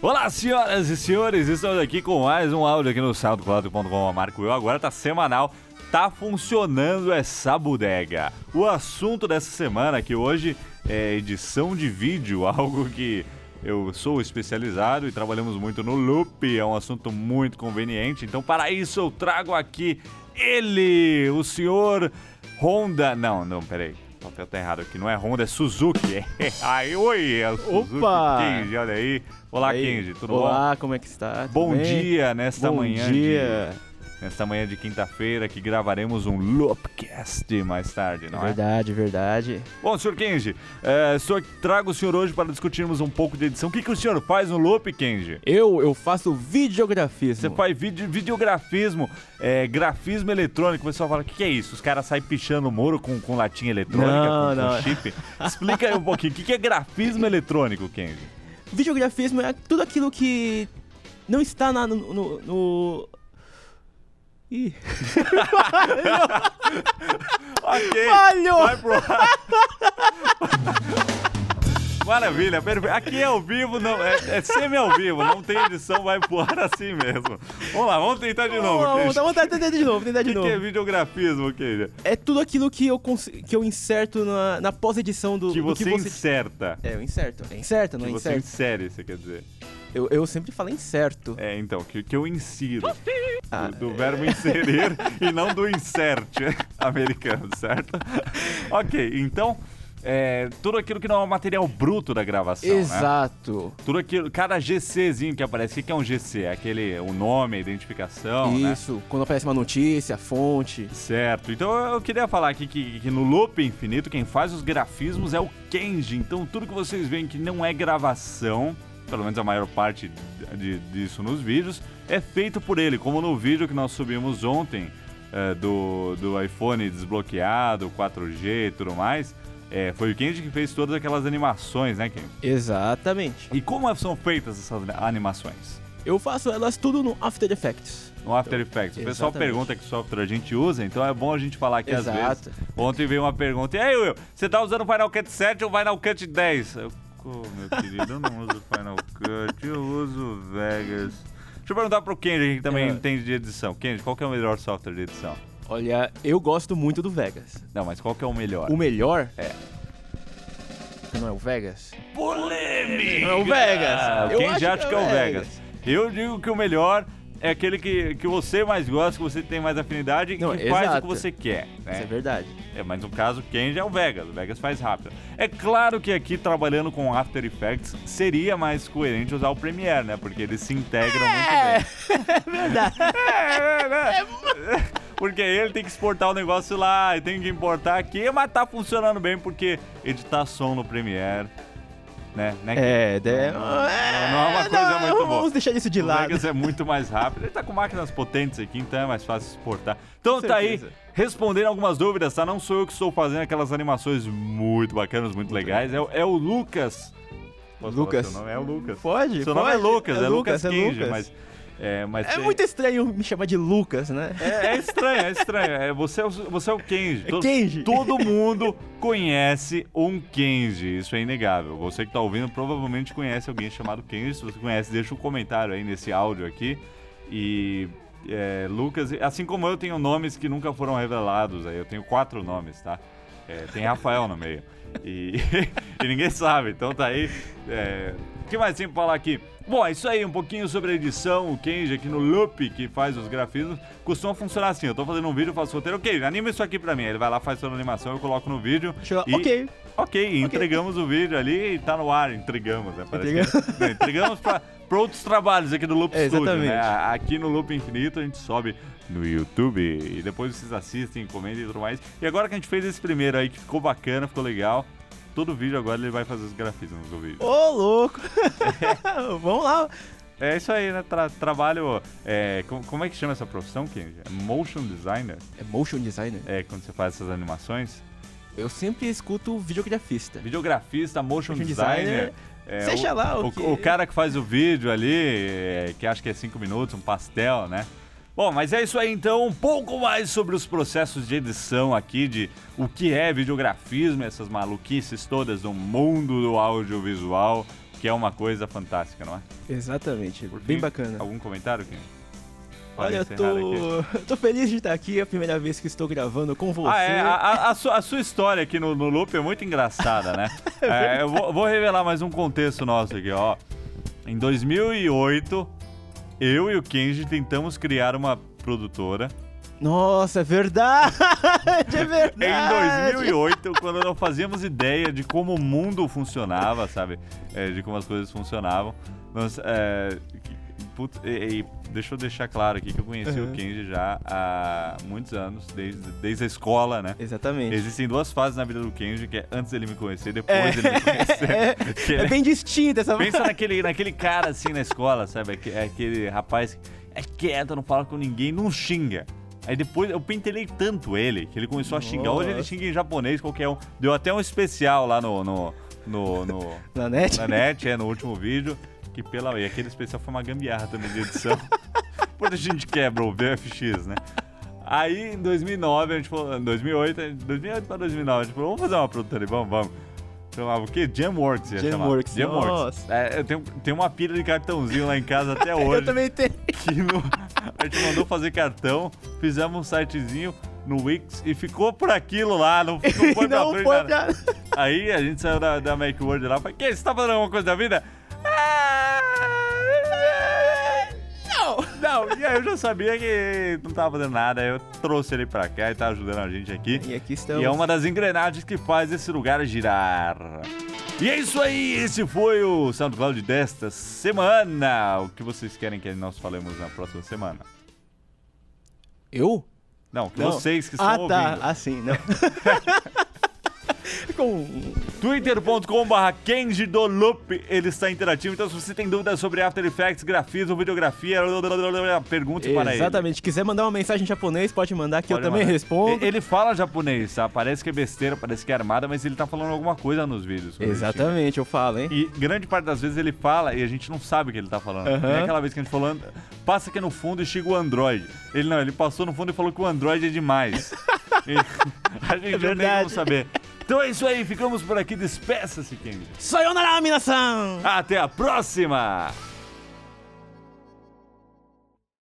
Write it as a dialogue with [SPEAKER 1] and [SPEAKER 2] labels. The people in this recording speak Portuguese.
[SPEAKER 1] Olá, senhoras e senhores, estamos aqui com mais um áudio aqui no saldocolado.com. Marco eu agora tá semanal, tá funcionando essa bodega. O assunto dessa semana que hoje é edição de vídeo, algo que eu sou especializado e trabalhamos muito no loop, é um assunto muito conveniente. Então, para isso eu trago aqui ele, o senhor Honda. Não, não, peraí. O papel tá errado aqui, não é Honda, é Suzuki. Ai, oi, é o Suzuki
[SPEAKER 2] Opa!
[SPEAKER 1] Kenji, olha aí. Olá,
[SPEAKER 2] Aí.
[SPEAKER 1] Kenji, tudo
[SPEAKER 2] Olá, como é que está? Tudo
[SPEAKER 1] bom? Bom
[SPEAKER 2] bem?
[SPEAKER 1] dia nesta
[SPEAKER 2] Bom
[SPEAKER 1] manhã.
[SPEAKER 2] dia. É
[SPEAKER 1] De, nesta manhã de quinta-feira que gravaremos um Loopcast mais tarde, não é?
[SPEAKER 2] Verdade, verdade.
[SPEAKER 1] Bom, senhor Kenji, é, senhor, trago o senhor hoje para discutirmos um pouco de edição. O que, que o senhor faz no Loop, Kenji?
[SPEAKER 2] Eu, eu faço videografia.
[SPEAKER 1] Você faz vide- videografismo, é, grafismo eletrônico. O pessoal fala, o que, que é isso? Os caras saem pichando o muro com, com latinha eletrônica,
[SPEAKER 2] Não,
[SPEAKER 1] com, com
[SPEAKER 2] não.
[SPEAKER 1] chip. Explica aí um pouquinho, o que, que é grafismo eletrônico, Kenji?
[SPEAKER 2] Videografismo é tudo aquilo que não está na, no... no, no... Ih,
[SPEAKER 1] Ok,
[SPEAKER 2] Falhou!
[SPEAKER 1] vai pro ar. Maravilha, perfeito. Aqui é ao vivo, não, é, é semi ao vivo, não tem edição, vai pro ar assim mesmo. Vamos lá, vamos tentar de novo,
[SPEAKER 2] vamos,
[SPEAKER 1] Kenji.
[SPEAKER 2] vamos tentar de novo, tentar de
[SPEAKER 1] O
[SPEAKER 2] novo.
[SPEAKER 1] que, que é videografismo, Kenji?
[SPEAKER 2] É tudo aquilo que eu, cons- que eu inserto na, na pós-edição do,
[SPEAKER 1] Que
[SPEAKER 2] do que
[SPEAKER 1] você
[SPEAKER 2] você...
[SPEAKER 1] inserta.
[SPEAKER 2] É, eu inserto. É inserto, não
[SPEAKER 1] Que
[SPEAKER 2] é
[SPEAKER 1] você
[SPEAKER 2] inserto.
[SPEAKER 1] insere, você quer dizer.
[SPEAKER 2] Eu, eu sempre falo incerto.
[SPEAKER 1] É, então, que, que eu insiro.
[SPEAKER 2] Ah,
[SPEAKER 1] Do, do verbo inserir e não do insert americano, certo? ok, então, é, tudo aquilo que não é o material bruto da gravação, né?
[SPEAKER 2] Exato.
[SPEAKER 1] Tudo aquilo, cada GCzinho que aparece, o que que é um GC? É Aquele, o nome, a identificação, né?
[SPEAKER 2] Isso, quando aparece uma notícia, fonte.
[SPEAKER 1] Certo, então eu queria falar aqui que, que no Loop Infinito quem faz os grafismos é o Kenji, então tudo que vocês veem que não é gravação, pelo menos a maior parte de- disso nos vídeos, é feito por ele, como no vídeo que nós subimos ontem eh, do, do iPhone desbloqueado, 4G e tudo mais. Eh, foi o Kenji que fez todas aquelas animações, né, Kenji?
[SPEAKER 2] Exatamente.
[SPEAKER 1] E como são feitas essas animações?
[SPEAKER 2] Eu faço elas tudo no After Effects.
[SPEAKER 1] No After Effects. O pessoal
[SPEAKER 2] Exatamente.
[SPEAKER 1] pergunta que software a gente usa, então é bom a gente falar aqui às
[SPEAKER 2] Exato.
[SPEAKER 1] vezes. Ontem veio uma pergunta: E aí, Will, você tá usando o Final Cut 7 ou o Final Cut 10? Eu, "Ô, meu querido, eu não uso Final Cut, eu uso Vegas. Deixa eu perguntar pro Kenji, que também
[SPEAKER 2] É.
[SPEAKER 1] entende de edição. Kenji, qual que é o melhor software de edição?
[SPEAKER 2] Olha, eu gosto muito do Vegas.
[SPEAKER 1] Não, mas qual que é o melhor?
[SPEAKER 2] O melhor
[SPEAKER 1] É.
[SPEAKER 2] não é o Vegas?
[SPEAKER 1] Polêmica!
[SPEAKER 2] É o Vegas. Eu
[SPEAKER 1] Quem
[SPEAKER 2] acho
[SPEAKER 1] já acha que é o Vegas. Eu digo que o melhor é aquele que, que você mais gosta, que você tem mais afinidade e que
[SPEAKER 2] Não,
[SPEAKER 1] faz o
[SPEAKER 2] exato.
[SPEAKER 1] que você quer.
[SPEAKER 2] Isso é
[SPEAKER 1] Né?
[SPEAKER 2] verdade.
[SPEAKER 1] É, mas no caso, quem já é o Vegas. O Vegas faz rápido. É claro que aqui, trabalhando com After Effects, seria mais coerente usar o Premiere, né? Porque eles se integram muito bem.
[SPEAKER 2] verdade.
[SPEAKER 1] É, é, é. Porque ele tem que exportar o negócio lá, e tem que importar aqui, mas tá funcionando bem porque editar som no Premiere, né? né?
[SPEAKER 2] É, de...
[SPEAKER 1] Não, não é uma coisa muito
[SPEAKER 2] vamos
[SPEAKER 1] boa.
[SPEAKER 2] deixar isso de
[SPEAKER 1] o
[SPEAKER 2] lado.
[SPEAKER 1] Vegas é muito mais rápido. Ele tá com máquinas potentes aqui, então é mais fácil exportar. Então
[SPEAKER 2] Com
[SPEAKER 1] tá aí,
[SPEAKER 2] certeza.
[SPEAKER 1] respondendo algumas dúvidas, tá? Não sou eu que estou fazendo aquelas animações muito bacanas, muito legais. É, o- é o Lucas. Posso falar
[SPEAKER 2] Lucas.
[SPEAKER 1] Seu nome é o Lucas.
[SPEAKER 2] Pode,
[SPEAKER 1] seu
[SPEAKER 2] pode.
[SPEAKER 1] nome é Lucas, é, Lucas,
[SPEAKER 2] é
[SPEAKER 1] Kinge,
[SPEAKER 2] Lucas.
[SPEAKER 1] mas. É, mas
[SPEAKER 2] É
[SPEAKER 1] tem-
[SPEAKER 2] muito estranho me chamar de Lucas, né?
[SPEAKER 1] é, é estranho, é estranho. É, você, é o, você é o Kenji.
[SPEAKER 2] É
[SPEAKER 1] Todo-
[SPEAKER 2] Kenji.
[SPEAKER 1] Todo mundo conhece um Kenji, isso é inegável. Você que tá ouvindo provavelmente conhece alguém chamado Kenji. Se você conhece, deixa um comentário aí nesse áudio aqui. E é, Lucas, assim como eu tenho nomes que nunca foram revelados, aí eu tenho quatro nomes, tá? É, tem Rafael no meio. E, e ninguém sabe, então tá aí. é, o que mais tem pra falar aqui? Bom, é isso aí, um pouquinho sobre a edição, o Kenji aqui no Loop, que faz os grafismos. Costuma funcionar assim, eu tô fazendo um vídeo, faço roteiro, ok, anima isso aqui pra mim. Aí Ele vai lá, faz toda a animação, eu coloco no vídeo.
[SPEAKER 2] Deixa eu-
[SPEAKER 1] e-
[SPEAKER 2] Ok.
[SPEAKER 1] Ok, e entregamos o vídeo ali e tá no ar, entregamos, né? Parece que- Não, entregamos pra, pra outros trabalhos aqui do Loop
[SPEAKER 2] É,
[SPEAKER 1] Studio,
[SPEAKER 2] exatamente.
[SPEAKER 1] né? A- Aqui no Loop Infinito a gente sobe no YouTube e depois vocês assistem, comentem e tudo mais. E agora que a gente fez esse primeiro aí, que ficou bacana, ficou legal, todo vídeo agora ele vai fazer os grafismos do vídeo.
[SPEAKER 2] Ô, louco. vamos lá.
[SPEAKER 1] É isso aí, né? Tra- trabalho, é, com- como é que chama essa profissão, Kenji? É Motion Designer?
[SPEAKER 2] É motion designer?
[SPEAKER 1] É, quando você faz essas animações?
[SPEAKER 2] Eu sempre escuto videografista.
[SPEAKER 1] Videografista, motion,
[SPEAKER 2] Motion
[SPEAKER 1] designer.
[SPEAKER 2] designer,
[SPEAKER 1] é,
[SPEAKER 2] seja lá o que-
[SPEAKER 1] o cara que faz o vídeo ali, é, que acho que é cinco minutos, um pastel, né? Bom, mas é isso aí então, um pouco mais sobre os processos de edição aqui, de o que é videografismo, essas maluquices todas do mundo do audiovisual. que é uma coisa fantástica, não é?
[SPEAKER 2] Exatamente,
[SPEAKER 1] Por
[SPEAKER 2] bem
[SPEAKER 1] fim,
[SPEAKER 2] bacana.
[SPEAKER 1] Algum comentário, Kim? Para
[SPEAKER 2] Olha, eu
[SPEAKER 1] encerrar aqui.
[SPEAKER 2] tô... tô feliz de estar aqui, é a primeira vez que estou gravando com você.
[SPEAKER 1] Ah, é, a, a- a sua, a sua história aqui no, no loop é muito engraçada, né? É, eu vou, vou revelar mais um contexto nosso aqui, ó. Em 2008, eu e o Kenji tentamos criar uma produtora.
[SPEAKER 2] Nossa, é verdade! É
[SPEAKER 1] Em
[SPEAKER 2] verdade!
[SPEAKER 1] 2008, quando não fazíamos ideia de como o mundo funcionava, sabe? É, de como as coisas funcionavam. Nós, é, que- putz, e, e deixa eu deixar claro aqui que eu conheci
[SPEAKER 2] Uhum.
[SPEAKER 1] o Kenji já há muitos anos, desde, desde a escola, né?
[SPEAKER 2] Exatamente.
[SPEAKER 1] Existem duas fases na vida do Kenji, que é antes dele me conhecer, depois ele me conhecer. Que
[SPEAKER 2] É
[SPEAKER 1] ele-
[SPEAKER 2] bem distinta essa
[SPEAKER 1] Pensa naquele, naquele cara assim na escola, sabe? Aque- Aquele rapaz que é quieto, não fala com ninguém, não xinga. Aí depois eu pentelei tanto ele que ele começou a xingar. Hoje ele
[SPEAKER 2] Nossa.
[SPEAKER 1] xinga em japonês, qualquer um. Deu até um especial lá no, no, no, no-
[SPEAKER 2] na net.
[SPEAKER 1] na net, é, no último vídeo. Que pela. E aquele especial foi uma gambiarra também de edição. Quando a gente quebra o VFX, né? Aí em 2009, a gente falou. em 2008, a gente- 2008 pra 2009, a gente falou: vamos fazer uma produtora ali, vamos, vamos. Chamava o quê? Jamworks. ia chamar.
[SPEAKER 2] Jamworks,
[SPEAKER 1] Jamworks.
[SPEAKER 2] nossa.
[SPEAKER 1] É, eu tenho, tenho uma pilha de cartãozinho lá em casa até hoje.
[SPEAKER 2] Eu também tenho.
[SPEAKER 1] que no- a gente mandou fazer cartão, fizemos um sitezinho no Wix e ficou por aquilo lá, não, não foi pra
[SPEAKER 2] Não
[SPEAKER 1] frente
[SPEAKER 2] foi
[SPEAKER 1] nada. Aí a gente saiu da, da Make World lá e falou: Que? Você tá fazendo alguma coisa da vida? Ah,
[SPEAKER 2] Não!
[SPEAKER 1] Não, e aí eu já sabia que não tava fazendo nada, aí eu trouxe ele pra cá e tá ajudando a gente aqui.
[SPEAKER 2] E então? aqui estamos.
[SPEAKER 1] E é uma das engrenagens que faz esse lugar girar. E é isso aí, esse foi o SoundCloud desta semana. O que vocês querem que nós falemos na próxima semana?
[SPEAKER 2] Eu?
[SPEAKER 1] Não, que
[SPEAKER 2] Não.
[SPEAKER 1] vocês que estão
[SPEAKER 2] ah, tá.
[SPEAKER 1] ouvindo.
[SPEAKER 2] Ah, sim, não. Com...
[SPEAKER 1] twitter.com.br Kenji do Loop, ele está interativo. Então, se você tem dúvidas sobre After Effects, grafismo, videografia, blá, blá, blá, blá, blá, pergunte para ele.
[SPEAKER 2] Exatamente. Quiser mandar uma mensagem em japonês, pode mandar que
[SPEAKER 1] Tipo Pode
[SPEAKER 2] eu também
[SPEAKER 1] mandar.
[SPEAKER 2] respondo.
[SPEAKER 1] E- Ele fala japonês, tá? Parece que é besteira, parece que é armada, mas ele tá falando alguma coisa nos vídeos. quando ele xinga.
[SPEAKER 2] Exatamente, eu falo, hein?
[SPEAKER 1] E grande parte das vezes ele fala e a gente não sabe o que ele tá falando.
[SPEAKER 2] Aham.
[SPEAKER 1] Nem aquela vez que a gente falou, "And- passa aqui no fundo e chega o Android. Ele não, ele passou no fundo e falou que o Android é demais. E a gente não tem como
[SPEAKER 2] É verdade.
[SPEAKER 1] saber. Então é isso aí, ficamos por aqui. Despeça-se, Kenji.
[SPEAKER 2] Sayonara, minasan!
[SPEAKER 1] Até a próxima!